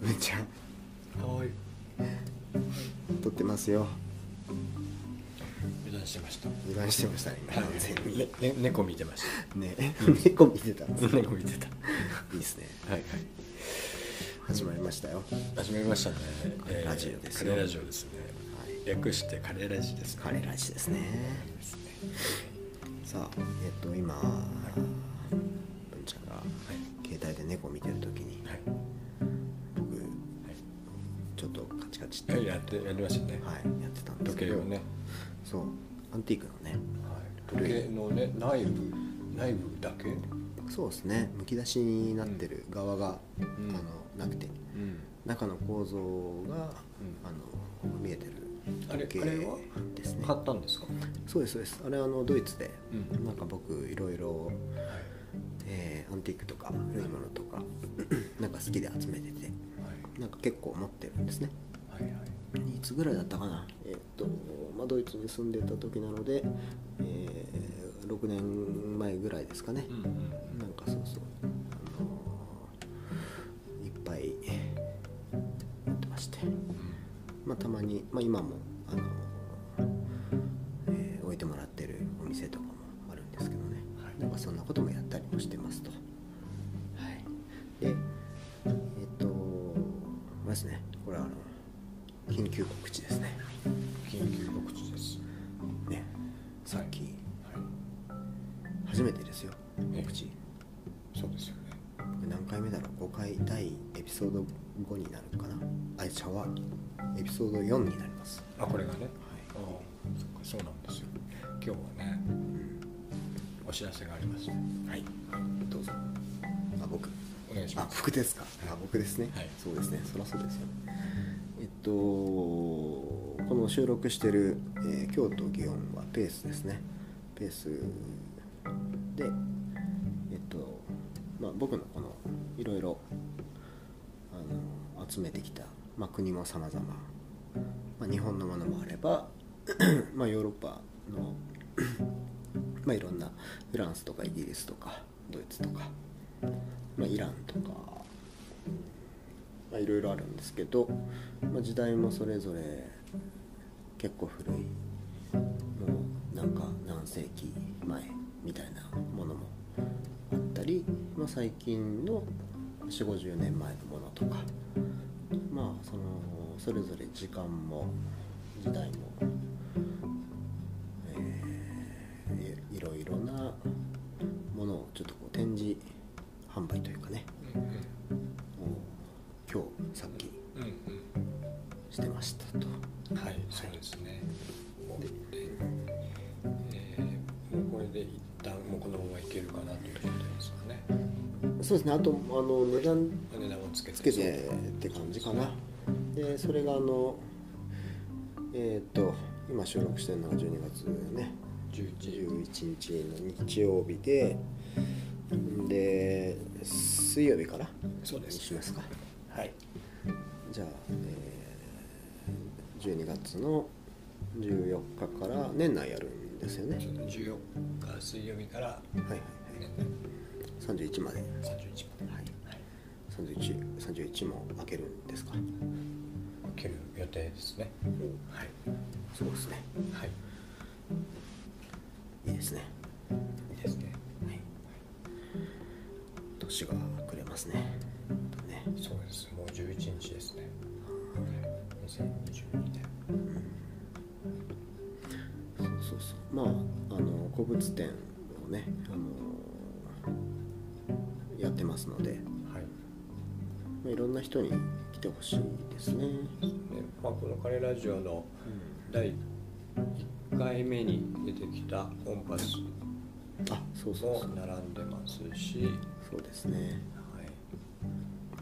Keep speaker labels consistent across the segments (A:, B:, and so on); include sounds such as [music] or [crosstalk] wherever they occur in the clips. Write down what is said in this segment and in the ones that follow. A: めちゃ
B: かわいい
A: 撮ってますよ
B: 油断してました
A: 油断してましたね今完全に
B: ねね猫見てまし
A: ね猫見てたんです
B: た
A: ね
B: [laughs] 猫見てた
A: いいですね
B: はいはい
A: 始まりましたよ
B: 始まりましたね
A: カレーラジオですよ
B: カレーラジオですね
A: はい
B: 略してカレーラジですね
A: カレーラジですね
B: ですね
A: さあえっと今文ちゃんが
B: はい
A: 携帯で猫見てる時に
B: はい
A: 僕ちょっとカチカチって
B: は
A: はいい
B: やってやりましたね
A: やってたんです
B: 時
A: け
B: 計を
A: ど
B: ね
A: そうアンティークのね
B: 時計のね内部内部だけ
A: そうですねむき出しになってる側が、
B: ん
A: あのなくて
B: うん
A: 中の構造が、あの見えてる
B: あれ
A: 時計
B: あれは
A: ですね
B: 買ったんですか
A: そうですそうですあれあのドイツで、
B: うん
A: なんか僕いろいろ、
B: はい
A: えーアンティークとか古いものとか [clears throat] なんか好きで集めててなんか結構持ってるんですね
B: はいはいはい
A: いつぐらいだったかなえーっと、まあ、ドイツに住んでた時なので、えー6年前ぐらいですかね、
B: うんうん
A: なんかそうそう、あのーいっぱい持ってまして、まあ、たまに、まあ、今も、あのーえー置いてもらってるお店とかもあるんですけどね、
B: はい
A: なんかそんなこともやったりもしてますと。はい、でえっとまずねこれはあの緊急告知ですね。
B: 緊急告知です
A: ねさっき、
B: はい
A: 初めてですよ
B: え
A: 告知。
B: そうですよね
A: 何回目だろう5回第エピソード5になるかなあいちゃうわエピソード4になります
B: あこれがね、ああそっかそうなんですよ今日はねお知らせがあります
A: はいどうぞあ僕
B: お願いし
A: あ
B: ます
A: 僕ですかあ僕ですね、
B: はい
A: そうですねそりゃそうですよえっとこの収録してる、えー京都祇園はペースですねペースでえっとまあ僕のこのいろいろあの集めてきた、まあ、国も様々、まあ、日本のものもあれば [coughs] まあヨーロッパの [coughs] まあいろんなフランスとかイギリスとかドイツとか、まあ、イランとか、まあ、いろいろあるんですけど、まあ、時代もそれぞれ結構古いもうなんか何世紀前みたいなものもあったり、まあ、最近の4 5 0年前のものとかまあそのそれぞれ時間も時代も、えーいいろいろなものをちょっとこう展示販売というかね
B: うん
A: を今日さっき
B: うんうん
A: してましたと
B: うんはいそうですねでえーもうこれで一旦もうこのままいけるかなということですかね
A: そうですねあとあの値段
B: お値段をつけて
A: つけてって感じかなでそれがあのえっ、と今収録してるのが12月ね
B: 11
A: 11日の日曜日でで水曜日かな
B: そうで
A: に
B: す
A: しますか
B: はい
A: じゃあ、えー、12月の14日から年内やるんですよね
B: ちょっと14日水曜日から
A: はいはいはい31まで
B: 31分
A: はい
B: はい
A: 31 31も開けるんですか
B: 受ける予定ですねはい
A: そうですね
B: はい
A: いいですね
B: いいですね
A: はい年がくれますねね
B: そうです。もう十一日ですね。二千二十二年。
A: そうそうそうまああの古物展をねあのやってますので、
B: はい。
A: まあ、いろんな人に来てほしいですね
B: で、まあこのカレーラジオの第一回目に出てきたコンパス
A: あそうそう
B: も
A: そう
B: 並んでますし、
A: そうですね
B: はい。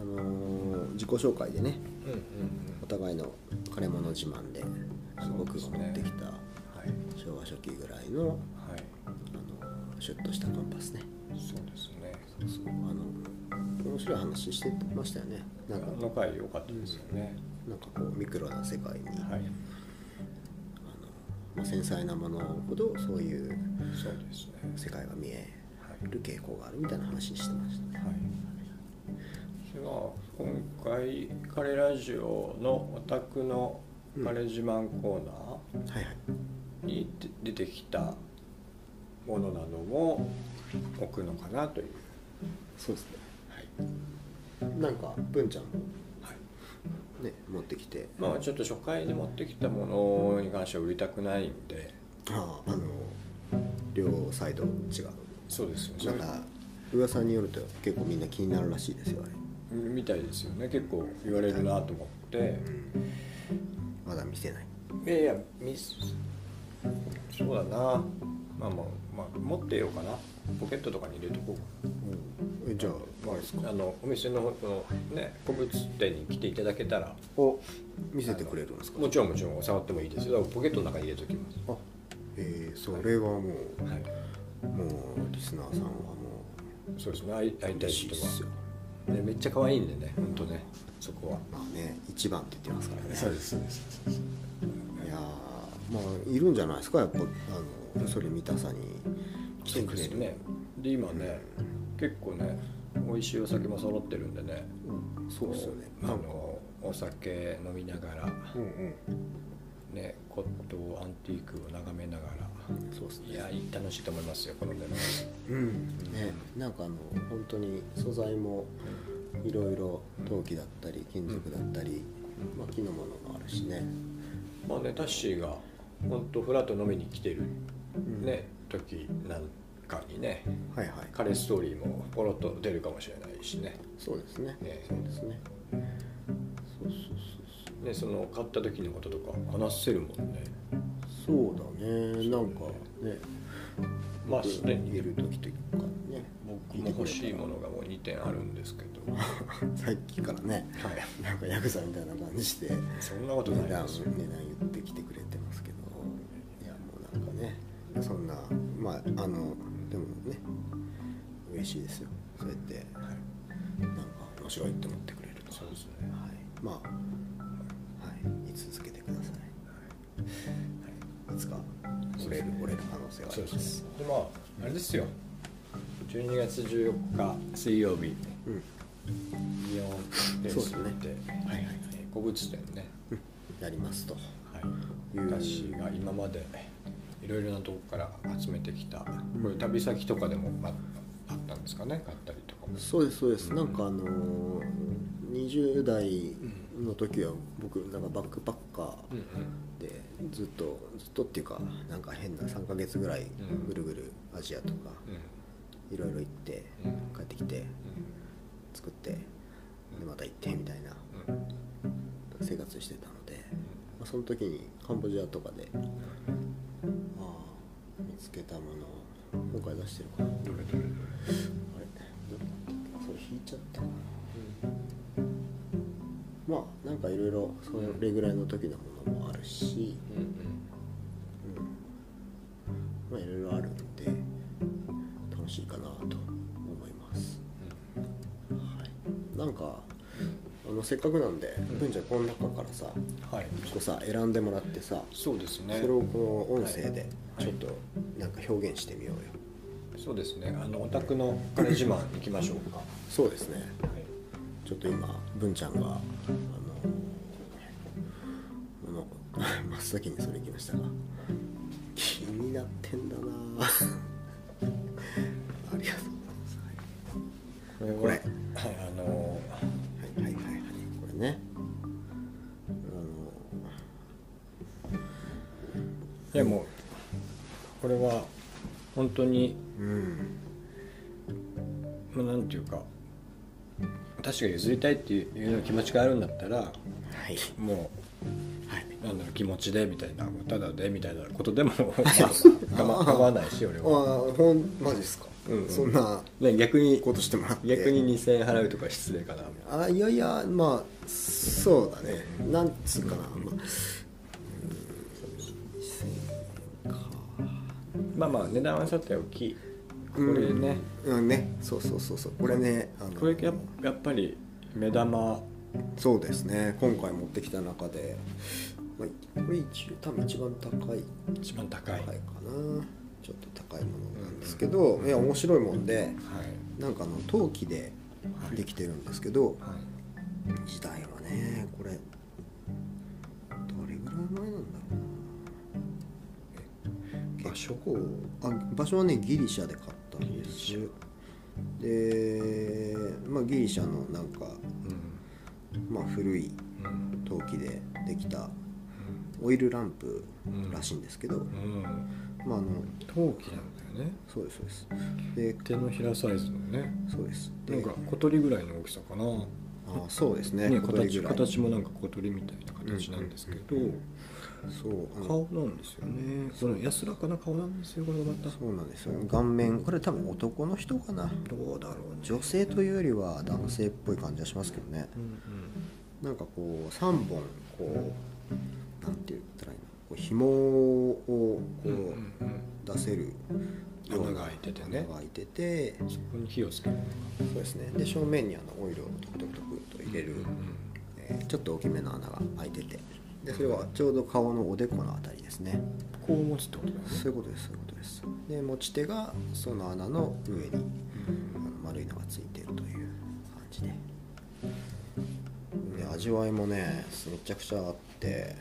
A: あの自己紹介でね
B: うんうんうん。
A: お互いの枯れ物自慢であの
B: そう
A: 僕
B: です
A: が
B: ね
A: 持ってきた
B: はい
A: 昭和初期ぐらいの
B: はい。
A: あのシュッとしたコンパスね
B: そうですね。
A: そうあの面白い話してましたよねなんか
B: あの回良かったですよね。
A: なんかこうミクロな世界に、あ
B: はい。
A: のまあ、繊細なものほどそういう
B: そうですね。
A: 世界が見え
B: はい。
A: る傾向があるみたいな話してましたね
B: はい。そでは今回カレラジオのお宅のカレ自慢コー
A: はいはい
B: ナーに出てきたものなども置くのかなという
A: そうですね
B: はい、
A: なんか文ちゃんも
B: はい、
A: ね持ってきて
B: まあちょっと初回で持ってきたものに関しては売りたくないんで
A: あああの両サイド違う
B: そうですよね
A: なんか噂によると結構みんな気になるらしいですよあれ
B: みたいですよね結構言われるなと思って
A: まだ見せない
B: いやいやミスそうだなまあまあ、まあ、持ってようかなポケットとかに入れとこうかな
A: えじゃあ
B: まあ、あのお店のこの、ね、古物店に来ていただけたら
A: お見せてくれるんですか
B: もちろんもちろん触ってもいいですよだからポケットの中に入れときます、
A: あえー、それはもう
B: はい、
A: もうリスナーさんはも
B: そうですね会い会いうた
A: 嬉
B: い
A: しい
B: 人
A: で
B: は
A: すよ
B: ねめっちゃ可愛いんでね本当ねそこは
A: まあね一番って言ってますからね
B: そうですそうですそうです
A: いやーまあいるんじゃないですかやっぱあのそれ見たさに来てくれ
B: そうです
A: る
B: ねで今ね、結構ね美味しいお酒も揃ってるんでね
A: うんそうですよね
B: あのお酒飲みながら
A: うんうん
B: ね骨董アンティークを眺めながら
A: そうです
B: い
A: ね
B: やいい楽しいと思いますよこのね
A: うんねなんかあの本当に素材もいろいろ陶器だったり金属だったり、まあ、木のものもあるしね
B: まあねタッシーが本当フラッと飲みに来てる
A: ん
B: ね、時なんかにね
A: はいはい
B: 彼ストーリーもポロッと出るかもしれないしね
A: そうですね、
B: ええ
A: そうですねそうそう
B: でその買った時のこととか話せるもんね
A: そうそうそうだねなんかね
B: まあすでに
A: 言える時というかね
B: 僕も欲しいものがもう2点あるんですけどは
A: さっきからね
B: い
A: なんかヤクザみたいな感じで
B: そんなこと
A: 値
B: ない
A: 段
B: です
A: 値
B: よ
A: 段言ってきてくれてますけどいやもうなんかねそんなまああのでもね嬉しいですよそうやって
B: はい
A: なんか面白いって思ってくれると
B: そうですね
A: はいまあはい居続けてください、はい、いつか折れる折れる可能性はあ
B: そ
A: り
B: う
A: ま
B: ですすでまああれですよ12月14日水曜日
A: うん
B: イオンペースに行って、
A: はいはいはい
B: えー古物店ね、
A: やりますと
B: はい、
A: うん
B: 私が今までいろいろなとこから集めてきた、これ旅先とかでもああったんですかね買ったりとかも
A: そうですそうですなんかあのー20代の時は僕なんかバックパッカー、
B: うん
A: でずっとずっとっていうかなんか変な3ヶ月ぐらい
B: うん
A: ぐるぐるアジアとか
B: うん
A: いろいろ行って
B: うん
A: 帰ってきて
B: う
A: 作ってでまた行ってみたいなん
B: うん
A: 生活してたので、まあ、その時にカンボジアとかでまあ見つけたものを今回出してるかなあ
B: どれどれどれ
A: れどれだったっけそれ引いちゃったかなまあなんかいろいろそれぐらいの時のものもあるし、
B: うんうん
A: まあいろいろあるんで楽しいかなと思います、はい、なんかあのせっかくなんで
B: ん
A: 文ちゃんこの中からさ
B: うんはい
A: 一個さ選んでもらってさ
B: そうですね
A: それをこの音声で
B: はい
A: ちょっとなんか表現してみようよ
B: そうですねあのお宅の彼自慢行きましょうか
A: そうですね
B: はい
A: ちょっと今文ちゃんがあのあの [laughs] 真っ先にそれ来ましたが気になってんだな [laughs] ぁありがとうございますはい
B: これは
A: これ
B: はいあの
A: はいはいはいはいこれね
B: でもこれは本当に
A: あのうん
B: まあ、なんていうか確かに譲りたいっていうような気持ちがあるんだったら
A: はい
B: も
A: はいう
B: なんだろう気持ちでみたいなただでみたいなこと [laughs] でも、まあ、かま構わないし俺
A: あ
B: は、
A: あほんマジですか、
B: うんうん
A: そんな
B: ね、逆に
A: ことしてもらって
B: 逆に2000円払うとか失礼かな
A: あいやいやまあそうだねなんつうかな、まあ、
B: まあまあ値段はさておきこれね、
A: うんねそうそうそうそうこれねあの
B: これややっぱり目玉
A: そうですね今回持ってきた中でまあこれ一多分一番高い
B: 一番高
A: 高い
B: い、は
A: か
B: い
A: なちょっと高いものなんですけどいや面白いもんでなんかあの陶器でできてるんですけど
B: はい
A: 時代はねこれどれぐらい前なんだろ
B: 場所
A: うなあ場所はねギリシャで買ったんです
B: ギ
A: で、まあ、ギリシャのなんか、
B: うん
A: まあ、古い
B: うん
A: 陶器でできたオイルランプらしいんですけど、
B: うん
A: まああの
B: 陶器なんだよね
A: そうですそうですで
B: 手のひらサイズのね
A: そうですで
B: なんか小鳥ぐらいの大きさかな、
A: あそうですね
B: ね、
A: 小鳥
B: 形
A: ぐらい
B: 形もなんか小鳥みたいな形なんですけど、
A: そうあの
B: 顔なんですよねこの安らかな顔なんですよこれまた
A: そうなんですよ顔面これ多分男の人かな
B: どうだろうね
A: 女性というよりは男性っぽい感じはしますけどね
B: うん
A: なんかこう3本こうなんて言ったらいいのこう紐をこ
B: うん
A: う出せるような
B: 穴が開いててね
A: 穴が開いてて
B: そこに火をつける
A: そうですねで正面にあのオイルをトクトクトクと入れる、えーちょっと大きめの穴が開いててでそれはちょうど顔のおでこのあたりですね
B: こう持つってことだよね
A: そういうことですそういうことですで持ち手がその穴の上にあの丸いのがついてるという感じでで味わいもねめちゃくちゃあって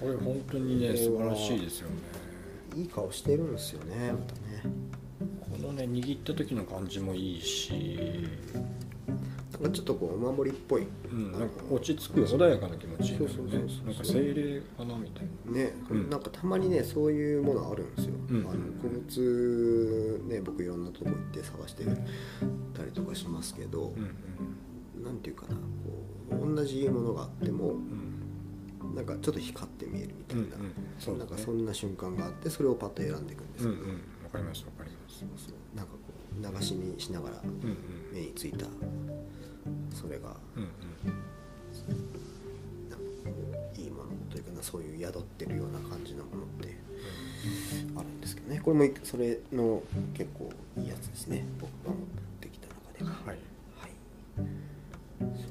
B: これ本当にね
A: これ
B: 素晴
A: は
B: らしいですよね
A: いい顔してるんですよねまたね
B: このね握った時の感じもいいし、
A: なんかちょっとこうお守りっぽい、
B: うん、
A: あ
B: な
A: の
B: んか落ち着く穏やかな気持ちになる
A: そうそう
B: ね
A: そうそう
B: なんか精霊かなみたいな
A: ね、
B: うん
A: なんかたまにねそういうものあるんですよ、
B: うん
A: あの古物ね僕いろんなとこ行って探してたりとかしますけど、なんていうかなこう同じものがあっても
B: うんうん
A: なんかちょっと光って見えるみたいな、
B: うんうんそうだね
A: なんかそんな瞬間があってそれをパッと選んでいくんです
B: うんう
A: けど、
B: んわかりますわかります
A: そうなんかこう流し見しながら
B: うん
A: 目についたそれが
B: うんうん
A: なんかこういいものというかなそういう宿ってるような感じのものってあるんですけどねこれもいそれの結構いいやつですね僕が持ってきた中で
B: うん
A: は
B: はい
A: はいそうそうそ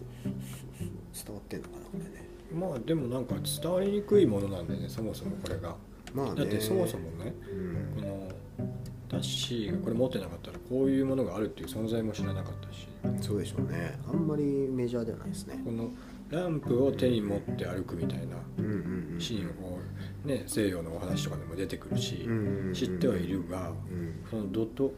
A: うそう伝わってんのかなこれね
B: まあでもなんか伝わりにくいものなんでねそもそもこれが
A: まあね
B: だってそもそもね
A: うん
B: このタッシーがこれ持ってなかったらこういうものがあるっていう存在も知らなかったし
A: そうでしょうねあんまりメジャーではないですね
B: このランプを手に持って歩くみたいな
A: うんうんうん
B: シーンをこう、ね、西洋のお話とかでも出てくるし、
A: うん
B: 知ってはいるが、
A: うん
B: そのドト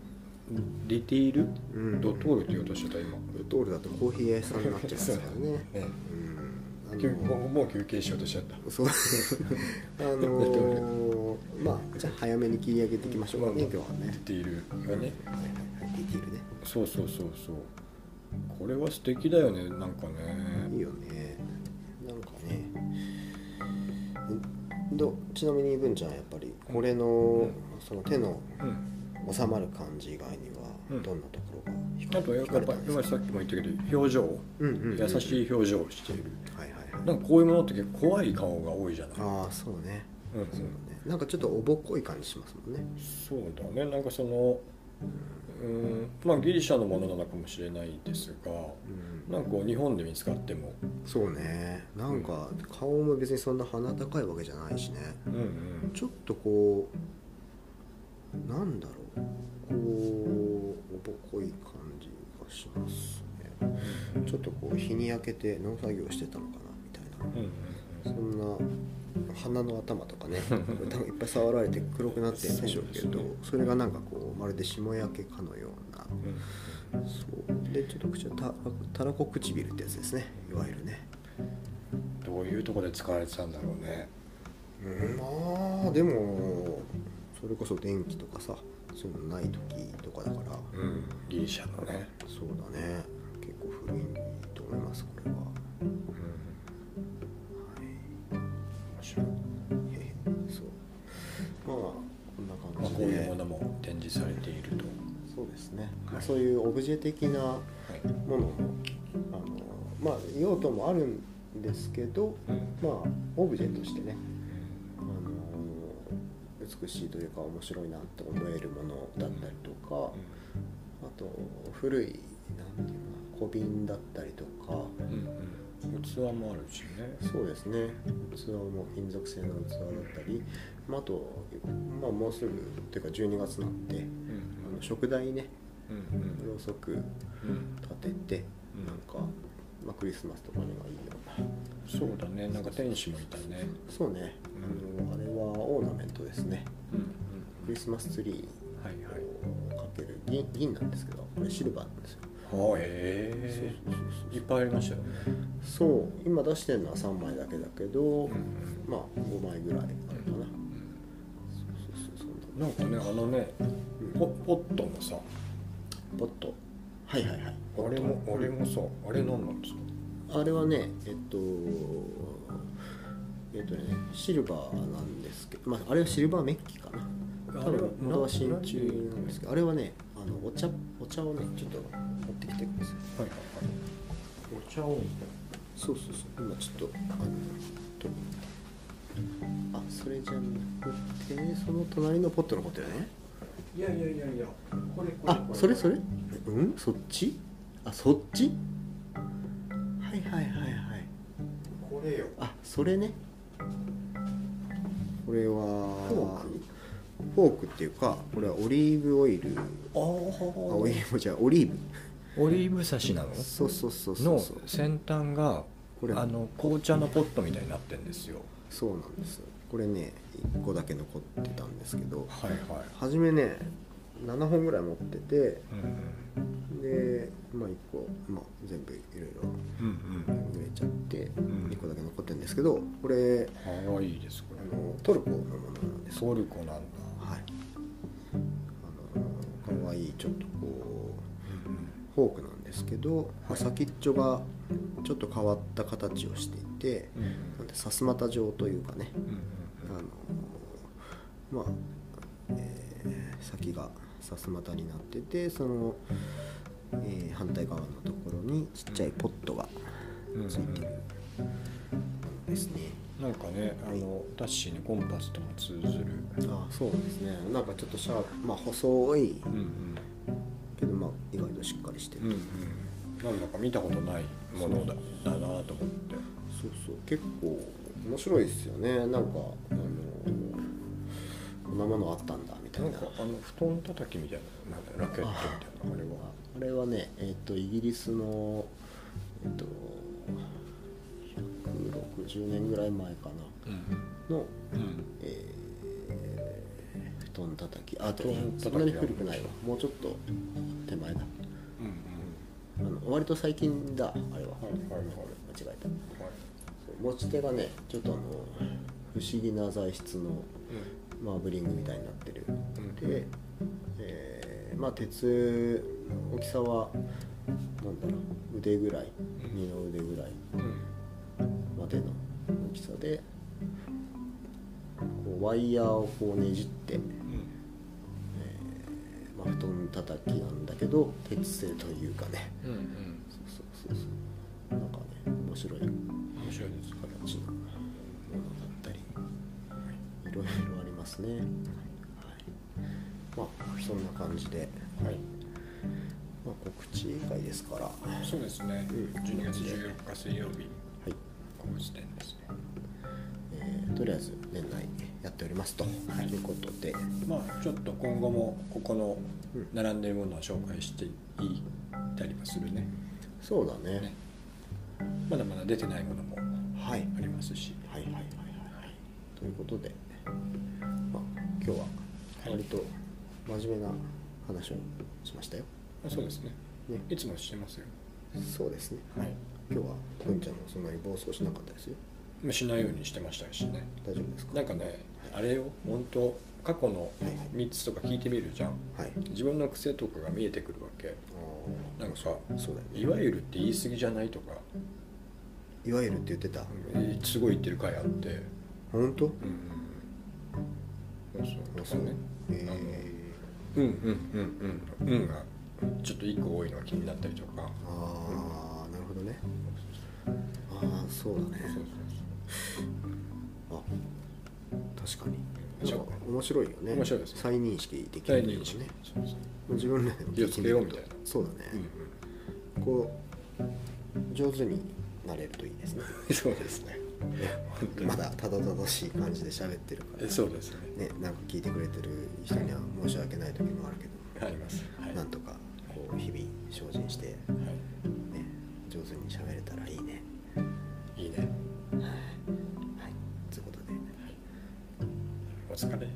B: ディティール、
A: うん
B: ドトールって言おうとしてた今
A: ドトールだとコーヒー屋さんになっちゃいますからね
B: ね
A: うんあ
B: 休も
A: の
B: うもう休憩しようとしちゃった
A: そうあ [laughs] のーまあじゃあ早めに切り上げていきましょうかね今日は
B: ディ
A: ね
B: ティールが
A: は
B: ね、
A: いはいはいディティールね
B: そうそうそうそうこれは素敵だよねなんか
A: いい
B: ね
A: よねなんかねどちなみに文ちゃんやっぱりこれのその手の
B: うん
A: 収まる感じ以外に
B: う
A: は
B: ん
A: どんなところが惹か
B: あとやっ
A: 惹
B: ぱ
A: かれたんです
B: 今
A: か
B: さっきも言ったけど表情、
A: うんうんうん
B: 優しい表情をしている
A: はいはいはい
B: なんかこういうものって結構怖い顔が多いじゃない、
A: ああそうね
B: うんうん、
A: ねなんかちょっとおぼっこい感じしますもんね
B: そうだねなんかそのうんまあギリシャのものなのかもしれないですが
A: うん
B: なんかこう日本で見つかっても
A: そうねなんか顔も別にそんな鼻高いわけじゃないしね
B: うんうん
A: ちょっとこうなんだろうこうおぼこい感じがしますねちょっとこう日に焼けて農作業してたのかなみたいな
B: うんうん
A: そんな鼻の頭とかねこれ多分いっぱい触られて黒くなってるんでしょうけ
B: そうで
A: ど
B: すね
A: それがなんかこうまるで霜焼けかのような
B: うんうん
A: そうでちょっと口はたたらこ唇ってやつですねいわゆるね
B: どういうとこで使われてたんだろうね
A: うんまあでもそれこそ電気とかさそういうのない時とかだから
B: うんギリシャのね、
A: そうだね結構古いと思いますこれは
B: うん、面白い、
A: はいへへそうまあこんな
B: まあ、
A: 感
B: こ
A: じ
B: う
A: で、
B: いうものも展示されていると
A: そうですね、ま
B: は
A: あ
B: い
A: そういうオブジェ的な
B: はい
A: ものもあのまあ用途もあるんですけど
B: うん
A: まあオブジェとしてねあの美しいというか面白いなって思えるものだったりとか、あと古いなんていうのかな小瓶だったりとか
B: うんうん器もあるしね
A: そうですね器も金属製の器だったり、まあ、あと、まあ、もうすぐというか12月になって
B: うん
A: あの食材ね
B: うん
A: ろうそく
B: うんうん
A: 立てて、
B: うん
A: なんか、まあ、クリスマスとかにはいいような
B: そうだねなんか天使もいたね
A: そうね
B: う
A: あのあれはオーナメントですね
B: うん
A: クリスマスツリ
B: うんはいはい
A: ーをかける銀銀なんですけどこれシルバーなんですよ
B: あへ
A: そうそうそうそう
B: えいっぱいありましたよね
A: そう今出してるのは3枚だけだけど、
B: うんうん
A: まあ5枚ぐらいあるかな、
B: う
A: そうそうそうそん
B: ん
A: な
B: なんかねあのね
A: うん
B: ポポットもさ
A: ポットはいはいはい
B: あれもあれもさあれ何なんですか
A: あれはねえっとえっとねシルバーなんですけど、まあ、あれはシルバーメッキかな多分元は真鍮なんですけどあれはねあのお茶お茶をねちょっと持ってきてください
B: はいはいはいお茶を
A: そうそうそう今ちょっとあのとあそれじゃなくてその隣のポットのことよね
B: いやいやいやいやこれこ
A: あそれそれうんそっちあそっちはいはいはいはい
B: これよ
A: あそれねこれは
B: フォーク
A: フォークっていうかこれはオリーブオイル
B: ああ
A: あオリーブじゃオリー
B: オリーブ刺しなの
A: ブそうそうそうそう
B: の
A: そう
B: 先端が
A: これ
B: あの紅茶のポットみたいになってんですよ
A: そうなんですこれね1個だけ残ってたんですけど
B: はいはい
A: 初めね7本ぐらい持ってて
B: うん
A: でまあ1個、まあ、全部いろいろ
B: うんうん
A: 売れちゃって
B: ん
A: 1個だけ残ってるんですけどこれ
B: うんかわいいですこ
A: あ
B: れ
A: のトルコのものなんです
B: ソルコなんだ
A: はいあのかわいいちょっとこうフォークなんですけど、まあ先っちょがちょっと変わった形をしていて
B: うんうん
A: なんでさすまた状というかね
B: うん
A: あのまあ、えー先がさすまたになっててその、えー反対側のところにちっちゃいポットが
B: うんうん
A: ついてるですね。
B: なんかねあのタッシーにコンパスとも通ずる
A: あそうですねなんかちょっとシャープまあ細い
B: うんうん
A: けど、まあ、意外としっかりしてる
B: うんうんなんだか見たことないものだだなと思って
A: そうそう結構面白いですよねなんかあのこんなものあったんだみたい
B: なん
A: な
B: かあの布団叩きみたいななんだラケットみたいなあれは
A: あれはねえっ、とイギリスのえっ、と160年ぐらい前か
B: うん
A: なの、
B: うん
A: えー布団叩きあと
B: 布団叩き
A: そんなに古くないわもうちょっと手前だ
B: うんうん
A: あの割と最近だあれは、
B: はいはいはい
A: 間違えたそう持ち手がねちょっとあの不思議な材質のマーブリングみたいになってる、
B: うん
A: で、えーまあ鉄大きさはなんだろう腕ぐらい二の腕ぐらい
B: うんうん
A: までの大きさでこうワイヤーをこうねじって、まあ、布団叩きなんだけど鉄製というかね
B: うんうん
A: そうそうそうそうなんかね面白い
B: 面白いです
A: 形のものだったりいろいろありますね、はい、まあそんな感じで、
B: はい
A: まあ、告知会ですからはい
B: そうですね
A: うん
B: 12月14日水曜日この時点ですね
A: えーとりあえず年内やっておりますと、い、うことで
B: まあちょっと今後もここの
A: うん
B: 並んでいるものを紹介していったりもするね
A: そうだね
B: ねまだまだ出てないものも
A: はい
B: ありますし
A: はいはいはいはいはいということで、まあ、今日は割と真面目な話をしましたよ
B: あそうですね
A: ね
B: いつもしてますよ
A: そうですね
B: はい
A: 今日は文ちゃんもそんなに暴走しなかったですよ
B: まあしないようにしてましたしね
A: 大丈夫ですか
B: なんかねあれよ本当過去の3つとか聞いてみるじゃん
A: はい
B: 自分の癖とかが見えてくるわけ
A: あ
B: なんかさ
A: ーそうだよね
B: いわゆるって言い過ぎじゃないとか
A: いわゆるって言ってた
B: えーすごい言ってる回あって
A: 本当
B: うんそうそうとかね
A: え
B: うんうんうんうんうんがちょっと1個多いのが気になったりとか
A: ー、ああなるほどねああそうだね
B: そうそう
A: あ確かに
B: そ
A: な
B: うん
A: か面白いよね
B: 面白いですね
A: 再認識でき
B: そう
A: る
B: 第
A: とい
B: 二
A: うか
B: 印象
A: ね
B: そうそう
A: 自分らでも
B: 気をつけようみたいな
A: そうだ
B: うんう
A: ね、
B: ん
A: こう上手になれるといいですね
B: そうですね本当に
A: まだたどたどしい感じで喋ってるから
B: えそうですね
A: ねなんか聞いてくれてる人には申し訳ない時もあるけど、
B: ありますはい
A: なんとかこう日々精進して、ね、
B: は
A: 上手に喋れたらいいね。
B: い、いいね
A: はい、ということで。
B: お疲れ